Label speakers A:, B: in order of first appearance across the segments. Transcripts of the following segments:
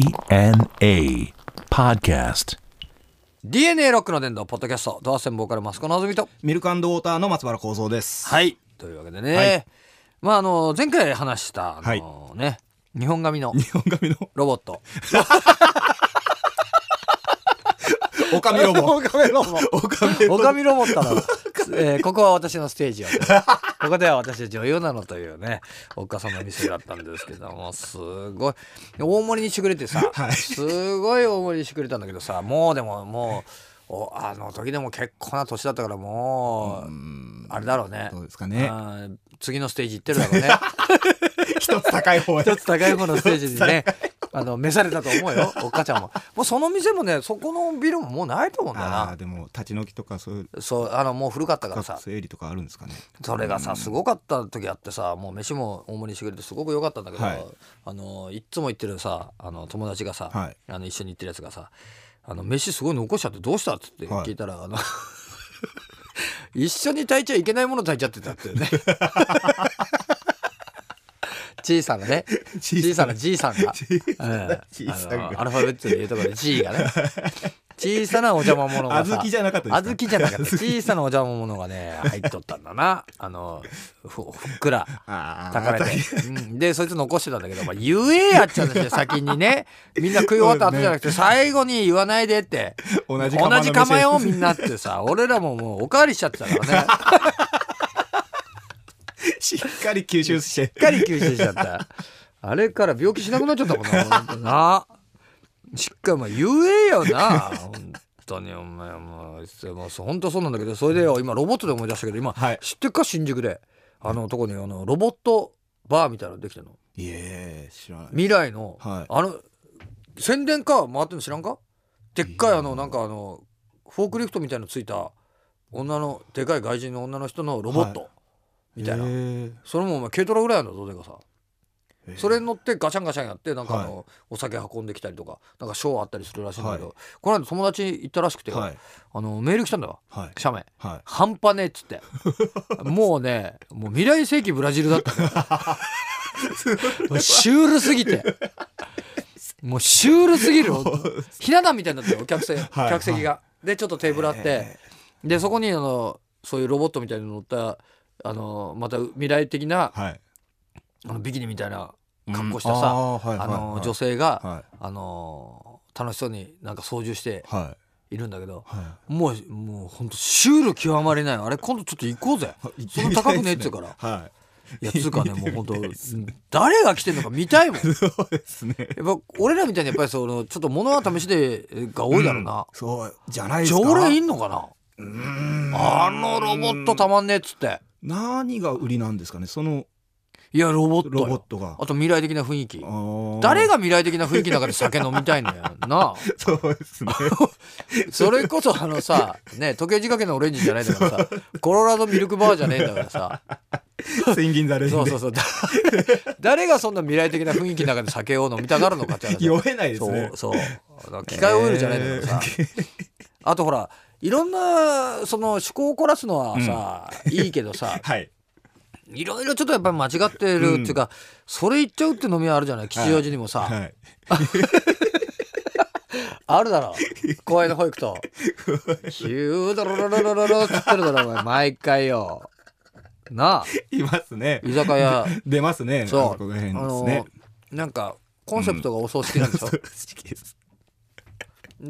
A: DNA Podcast.
B: DNA ロックの伝道ポッドキャストドアセンボーカルマスコのぞみと
C: ミルクウォーターの松原幸三です。
B: はいというわけでね、
C: はい
B: まああの前回話したあ
C: は
B: のね、日本髪の
C: 日本髪の
B: ロボット
C: おかみロボ。
B: おかみロボ
C: おかみ
B: お
C: ロボ。
B: かみロボットなの、えーここは私のステージよここでは私は女優なのというねお母さんの店だったんですけどもすごい大盛りにしてくれてさ、
C: はい
B: すごい大盛りにしてくれたんだけどさもうでももうおあの時でも結構な年だったからもうあれだろうね
C: どうですかね
B: うん次のステージ行ってるだろう ね
C: 一つ高い方へ。
B: 一つ高い方のステージに ねあの召されたと思うよお母ちゃんももうその店もねそこのビルももうないと思うんだよ
C: ああ
B: な
C: でも立ち退きとかそういう
B: そうあのもう古かったからさ
C: 整理とかあるんですかね。
B: それがさすごかった時あってさもう飯も大盛りにしてくれてすごく良かったんだけど、
C: はい
B: あのいっつも行ってるさあの友達がさ、
C: はい
B: あの一緒に行ってるやつがさ「あの飯すごい残しちゃってどうした?」っつって
C: はい
B: 聞いたら、あの 一緒に炊いちゃいけないもの炊いちゃってたっていう ね小さなね小さな G さんが
C: 小さな
B: うんあ
C: G さん
B: の
C: が
B: アルファベットで言うところで G がね小さなお邪魔者が
C: 小
B: さ
C: 豆じゃなかったですか
B: 小豆じゃなかった 小さなお邪魔者がね入っとったんだなあのふふっくら
C: あ
B: 炊かれて、うん、でそいつ残してたんだけど、まあ、言えやっちゃうんですよ先にねみんな食い終わった後じゃ なくて、最後に言わないでって
C: 同じ
B: 同じ構え
C: を
B: をみんなってさ俺らももうおかわりしちゃってた からね
C: しっかり吸収して
B: しっ。かり吸収しちゃった。あれから病気しなくなっちゃったもんな。ほんとな。しっかり、まあ、言えよな。 本当に、お前、もう、もう本当そうなんだけど、それでよ、今、ロボットで思い出したけど、今、
C: はい
B: 知ってっか、新宿で。あの、とこに、あの、ロボットバーみたいなのできてるの。
C: いえ知らない。
B: 未来の、
C: はい
B: あの、宣伝か、回ってるの知らんかでっかい、あの、なんか、あの、フォークリフトみたいのついた、女の、でかい外人の女の人のロボット、
C: は
B: みたいな。
C: な。
B: それもお前軽トラぐらいあるんだぞでかさ
C: へえ
B: それに乗ってガチャンガチャンやってなんかあの、
C: は
B: お酒運んできたりとかなんかショーあったりするらしいんだけど、この間友達行ったらしくて、
C: はい
B: あのメール来たんだわ
C: はい
B: 写メ
C: はい。
B: 半端ねえっつってもうねもう未来世紀ブラジルだったねシュールすぎてもうシュールすぎるひな壇みたいになってるお客席、
C: はい
B: 客席がでちょっとテーブルあって、
C: え
B: でそこにあのそういうロボットみたいに乗ったあのまた未来的な
C: はい。
B: あのビキニみたいな
C: うん
B: 格好したさ、
C: あーはい
B: あ
C: はい
B: の
C: はい
B: 女性が、
C: はい
B: あの楽しそうになんか操縦して
C: はい
B: るんだけど、
C: は
B: もうもうほんとシュール極まりないあれ今度ちょっと行こう ぜ
C: い。
B: そんな高くねえっつうから。
C: はい
B: やつうか ねもうほんと誰が来てんのか見たいもん
C: い。
B: やっ
C: そうですね。
B: ぱ俺らみたいにやっぱりそのちょっと物は試しでが多いだろうな、
C: そうじゃないです
B: 常
C: か。
B: 連いんのかな
C: うーん
B: あのロボットたまんねえっつって
C: 何が売りなんですかねその
B: いやロボットよ
C: ロボットが
B: あと未来的な雰囲気誰
C: 誰
B: が未来的な雰囲気の中で酒飲みたいのやなあ
C: そうで すね
B: それこそあのさ、ね、時計仕掛けのオレンジじゃないんだからさ、コロラドミルクバーじゃねえんだからさ、
C: 千銀ざれ
B: そうそうそう、だ誰がそんな未来的な雰囲気の中で酒を飲みたがるのかって話だよ
C: 酔えないですね
B: そう、そうあの。機械オイルじゃないんだからさ。あとほら、いろんな、その趣向を凝らすのはさ、いいけどさ、
C: はい
B: いろいろちょっとやっぱり間違ってるっていうか、それ言っちゃうって飲みはあるじゃない、吉祥寺にもさ、
C: はい
B: あるだろ公園の保育とヒュードロロロロロロっつってるだろお前毎回よなあ
C: いますね
B: 居酒屋
C: 出ますねあ
B: そ
C: こ
B: う
C: ら
B: あ
C: 辺です
B: の
C: ね
B: なんかコンセプトがお葬式なんでしょ、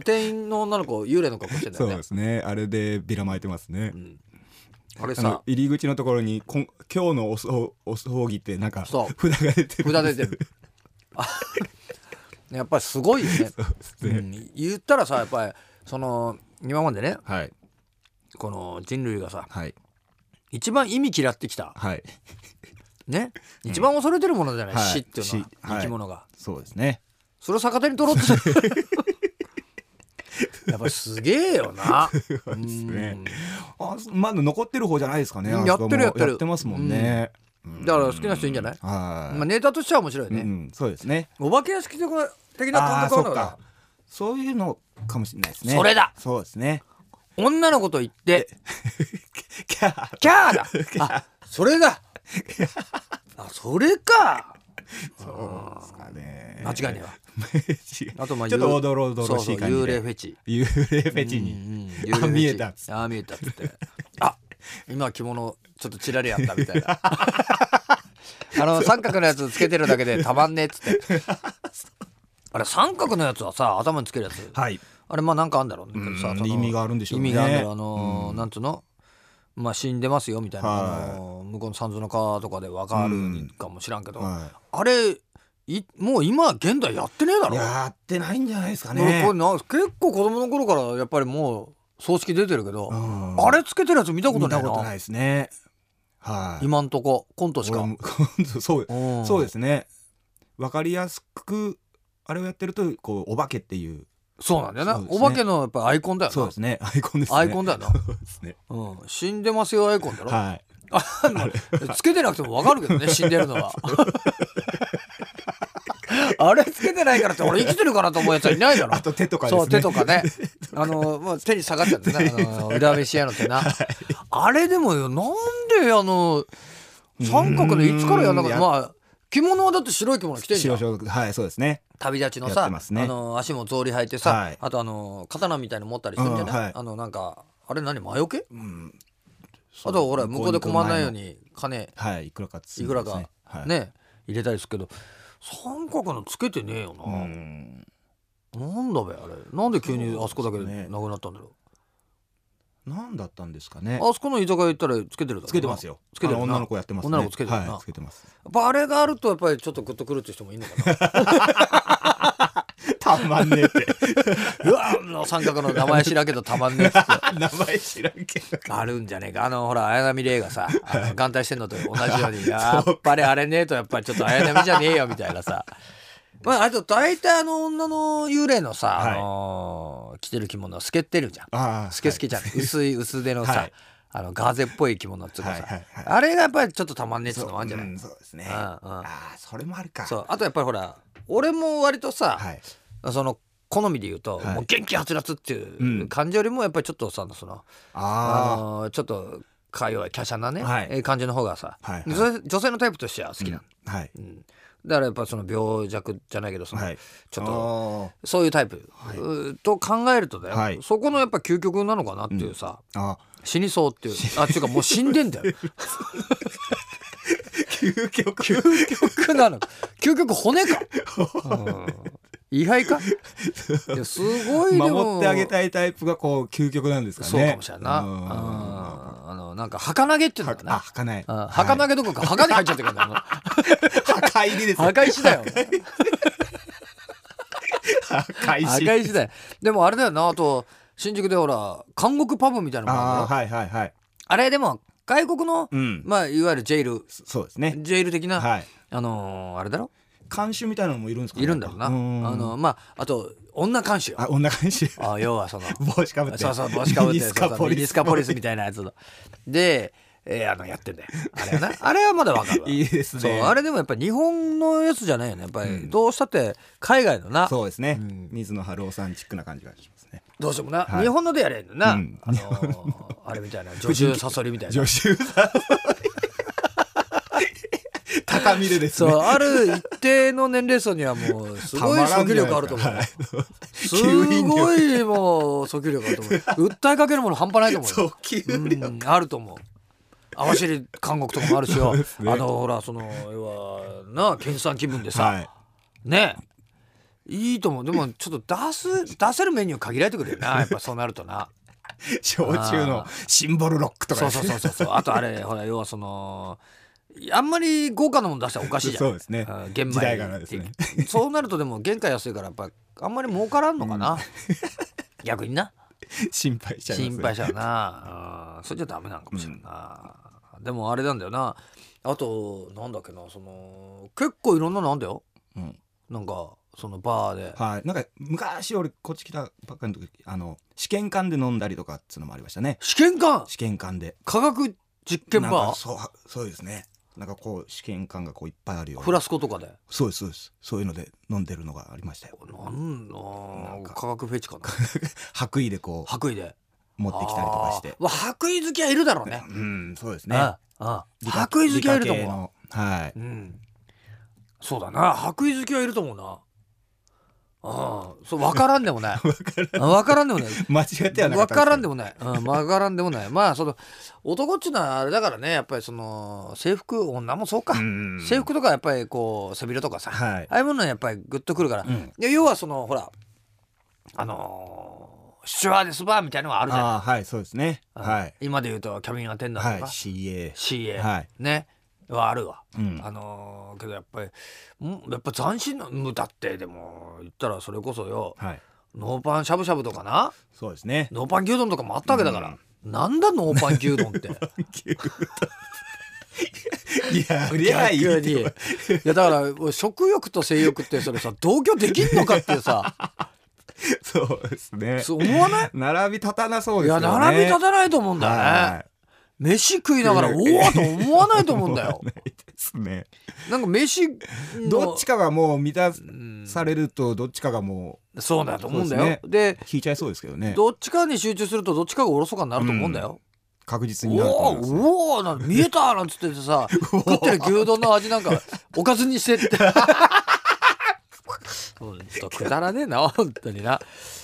B: 店員の女の子幽霊の格好してんだ
C: そ
B: よ
C: う
B: ね
C: ですねあれでビラ巻いてますね
B: あれ
C: あ
B: さ
C: の入り口のところにこん今日のおそお葬儀ってなんか札
B: そう
C: が出てる
B: 札出 てるあやっぱりすごいよね
C: そうですね
B: うん言ったらさやっぱりその今までね
C: はい
B: この人類がさ
C: はい
B: 一番意味嫌ってきた
C: はい
B: ね一番恐れてるものじゃない、
C: はい
B: 死っていうのは
C: 死はい
B: 生き物が、
C: そうですね
B: それを逆手に取ろうとして るやっぱりすげえよ な。
C: ねあまだ残ってる方じゃないですかね
B: うんやってる
C: あそこも
B: やってる
C: やってますもんね
B: うんだから好きな人いいんじゃない、
C: はい
B: まあ、ネタとしては面白いね。
C: うん、そうですね。
B: お化け屋敷的な的な
C: あ
B: 感覚あ
C: あ、そ
B: る
C: う
B: のか
C: か。そういうのかもしれないですね。
B: それだ
C: そうですね。
B: な女の子と言って、
C: キャ ー
B: キャーだあ、それだあ、それか
C: そうですかね。
B: 間違いねえわ
C: 違う
B: あとまあ
C: ちょっとおどろおどろしい感じ
B: そうそう幽
C: で。
B: 霊フェチ
C: 幽霊フェチ
B: うんうん
C: に
B: 幽霊。フ
C: あ
B: ェチ
C: 見えたっつって。
B: あ見えたっつってあ今着物ちょっとチラリやったみたいな あの三角のやつつけてるだけでたまんねえっつってあれ三角のやつはさ頭につけるやつ、
C: はい。
B: あれまあなんかあんだろうねけどさ
C: うん
B: その
C: 意味があるんでしょうね
B: 意味があるんだろうあのーなんつうのまあ死んでますよみたいな、
C: はい
B: あのー向こうの三途の川とかで分かるかもしらんけど、
C: は
B: あれいもう今現代やってねえだ
C: い。
B: ろ
C: やってないんじゃないですか
B: うん
C: ね
B: これ。な結構子供の頃からやっぱりもう葬式出てるけど、
C: うん
B: あれつけてるやつ見たこと
C: 見
B: ない
C: た
B: な
C: ことないですね。はい。
B: 今んとこコントしか
C: 俺も そう
B: うん
C: そうですね。わかりやすくあれをやってるとこうお化けっていう。
B: そうなんだよな、
C: そうです
B: お
C: ね
B: 化けのやっぱアイコンだよ
C: そう
B: な
C: ですね。アイコンですね。
B: アイコンだよな、
C: そうですね。
B: うん、死んでますよアイコンだろ、
C: はい。
B: つけてなくてもわかるけどね死んでるのは あれつけてないからって俺生きてるかなと思うやつはいない だろ
C: あと手とかですね。
B: そう手とかねあの、まあ、手に下がっちゃってねあ の裏飯屋の手な、あれでもよなんであの三角でいつからやんなかった
C: うん
B: まあ着物はだって白い着物着てんじゃ
C: 白
B: ん
C: 装束はいそうですね。
B: 旅立ちの
C: やっ
B: さ、
C: てますね
B: あの足も草履履いてさ、
C: はい
B: あとあの刀みたいの持ったりしてんじゃない、
C: うんはい
B: あのなんかあれ何魔除け
C: うん。
B: あとほら向こうで困んないよう
C: に。
B: に金
C: はいいくらかつ
B: いくらか
C: ね。はい。
B: ね入れたりするけど三角のつけてねえよ
C: う
B: な、
C: ん。
B: なんだべあれなんで急にあそこだけ
C: そうですね
B: なくなったんだろ
C: なんだったんですか
B: う
C: ね。
B: あそこの居酒屋行ったらつけてるだろうな
C: つけてますよ。
B: つけてる
C: あ
B: な
C: の女の子やってますね。
B: 女の子つけてるな
C: はいつけてます。
B: やっぱあれがあるとやっぱりちょっとグッとくるって人もいるのか
C: たまんねえって。
B: な うわあの三角の名前知らんけどたまんねえっつって
C: 名前知らん けど。
B: あるんじゃねえかあのほら綾波レイが さあの眼帯してんのと同じよう にやっぱりあれねえとやっぱりちょっと綾波じゃねえよみたいなさまああと大体あの女の幽霊のさ、
C: はい
B: あのー着てる着物は透けってるじゃん
C: ああ。
B: 透け透けじゃん、薄い薄手のさ、
C: はい
B: あのガーゼっぽい着物っつうかさ、
C: はいはいはい
B: あれがやっぱりちょっとたまんねえっつう
C: そ
B: のもあるんじゃない、
C: うんそうですね。
B: うんうん
C: ああ、それもあるか。
B: そうあとやっぱりほら俺も割とさ、
C: はい。
B: その好みで言うと、
C: はい
B: もう元気はつらつっていううん感じよりもやっぱりちょっとさそのあ
C: あ
B: のーちょっとか弱い華奢なね、
C: はい
B: えー感じの方がさ、
C: はいはい
B: 女性女性のタイプとしては好きな、
C: あ。はい。
B: うんだからやっぱその病弱じゃないけどその、
C: はい。
B: ちょっと
C: と。
B: そういうタイプ、うーと考えるとだよ、
C: はい
B: そこのやっぱ究極なのかなっていうさ、
C: ああ。
B: 死にそうっていうあっていうかもう死んでんだ よ
C: 究極。
B: 究極なのか究極骨か、うん、位牌 かいやすごいでも
C: 守ってあげたいタイプがこう究極なんですかね。
B: そうかもしれんな。
C: う
B: うん
C: ん
B: あの、なんか、儚げっていうの
C: は
B: か
C: あ、
B: な。
C: はかない。
B: うん
C: は
B: 儚げどころか、墓に入っちゃってるから な。
C: か入りです。
B: 墓石 だよ。
C: はかい
B: 墓石だよ。でもあれだよな、あと、新宿でほら、監獄パブみたいなのもあるん
C: ああ、
B: だよ
C: はいはいはい。
B: あれでも、外国の
C: う、ん。
B: まあ、いわゆるジェイル、
C: そうですね。
B: ジェイル的な、
C: はい。
B: あのー、あれだろ
C: 監修みたいなのもいるんですかね。
B: いるんだろうな。あ
C: ん
B: の、まあ、あと、女監視よ
C: あ、。女 監修。
B: あ要はその、
C: 帽子かぶって。
B: そうそう、帽子かぶって、
C: ミニスカ
B: そうそ
C: ポ
B: う
C: リ
B: ミ
C: ス。
B: ニスカポリスみたいなやつの。で、えーあの、やってんだよ。あれは な。あれはまだわかるわ。
C: いいですね。
B: そうあれでもやっぱ日本のやつじゃないよねやっぱりどうしたって海外のな、
C: そうですね、水野晴夫さんチックな感じがしますね
B: どうしてもな、
C: はい
B: 日本のでやれんのな、
C: うん
B: あのーあれみ たいな女中サソリみたいな
C: 女子 さん畳でです
B: そう
C: ね
B: ある一定の年齢層にはもうすごい訴求力あると思うよ、す ごいもう訴求力あると思う訴えかけるもの半端ないと思うよ
C: 訴求力
B: うんあると思う網走監獄とかもあるしよ、
C: そうですね
B: あのほらその要はな研鑽気分でさ、
C: はい
B: ねいいと思うでもちょっと出す出せるメニュー限られてくるよな やっぱそうなるとな
C: 焼酎のシンボルロックとか
B: そう
C: です
B: そ
C: ね
B: うそうそうそうあとあれほら要はそのあんまり豪華なもの出したらおかしいじゃん
C: そうですね
B: あ玄米
C: 時代からですね
B: そうなるとでも原価安いからやっぱあんまり儲からんのかな、逆にな
C: 心配しちゃいます、ね、
B: 心配しちゃうな、うん、それじゃダメなんかもしれんな、でもあれなんだよなあとなんだっけなその結構いろんなのあんだよ
C: うん
B: なんかそのバーで
C: はいなんか昔俺こっち来たばっかりの時あの試験管で飲んだりとかっつうのもありましたね
B: 試験官
C: 試験管で
B: 科学実験
C: なん
B: バ
C: か
B: ー
C: そうそうですねなんかこう試験管がこういっぱいあるような
B: フラスコとかで
C: そうですそうですそういうので飲んでるのがありましたよ
B: なんの
C: んか
B: 科学フェチか な
C: 白衣でこ
B: 白衣で
C: う持ってきたりとかして
B: あーわ白衣好きはいるだろうね
C: うんそうですね
B: ああ
C: 理科
B: 白衣好きはいると
C: 理科系
B: 思、
C: のはいう
B: うん、そうだな白衣好きはいると思うなああそう分からんでも ない分からんでもない
C: 間違ってはな
B: 分
C: かったですけど
B: からんでもない、うん、分からんでもないまあその男っちゅうのはあれだからねやっぱりその制服女もそうか、
C: うん
B: 制服とかやっぱりこう背広とかさ、
C: はい
B: ああいうものはやっぱりグッとくるから、
C: うん
B: で要はそのほらあのー、シュワーデスバーみたいなのがあるじゃない
C: あーはいそうですねはい
B: 今で言うとキャビンアテンダー
C: は
B: と
C: い
B: か、
C: CA
B: CA、
C: はい
B: ねはあるわ、
C: うん
B: あのーけどやっぱりんやっぱ斬新なうんだってでも言ったらそれこそよ
C: はい
B: ノーパンしゃぶしゃぶとかな
C: そうで すね
B: ノーパン牛丼とかもあったわけだから、なんだノーパン牛丼って
C: いや
B: い
C: いやいや
B: にいやだから食欲と性欲ってそれさ同居できんのかっていうさ
C: そうですね
B: そう思わない
C: 並び立たなそう
B: い
C: です
B: や
C: よね
B: 並び立たないと思うんだよね、
C: はい
B: 飯食いながらおおーと思わないと思うんだよ
C: ないですね
B: なんか飯
C: どっち
B: か
C: かがもう満たされるとどっちかがも
B: そうだと思うんだよ
C: そうです
B: で
C: う引いちゃいそうですけどね
B: どっちかに集中するとどっちかがおろそかになると思うんだよ。
C: 確実
B: お
C: になると思い
B: お
C: ます
B: ーおおなんか見えたなんつってて さ食ってる牛丼の味なんかおかずにしてってほんとくだらねえな本当にな。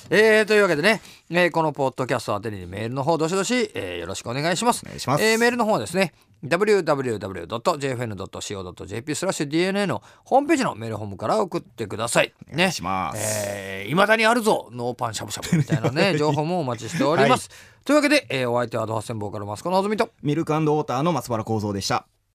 B: えー、というわけでね、えーこのポッドキャスト宛てにメールの方どしどし、えーよろしくお願いします。
C: お願いします
B: えーメールの方はですね www.jfn.co.jp スラッシュ DNA のホームページのメールホームから送ってください。
C: お願いします
B: えー、未だにあるぞノーパンしゃぶしゃぶみたいな ね情報もお待ちしております、というわけで、えーお相手はアドハッセンボーカルマスコのあずみと
C: ミルクウォーターの松原幸三でした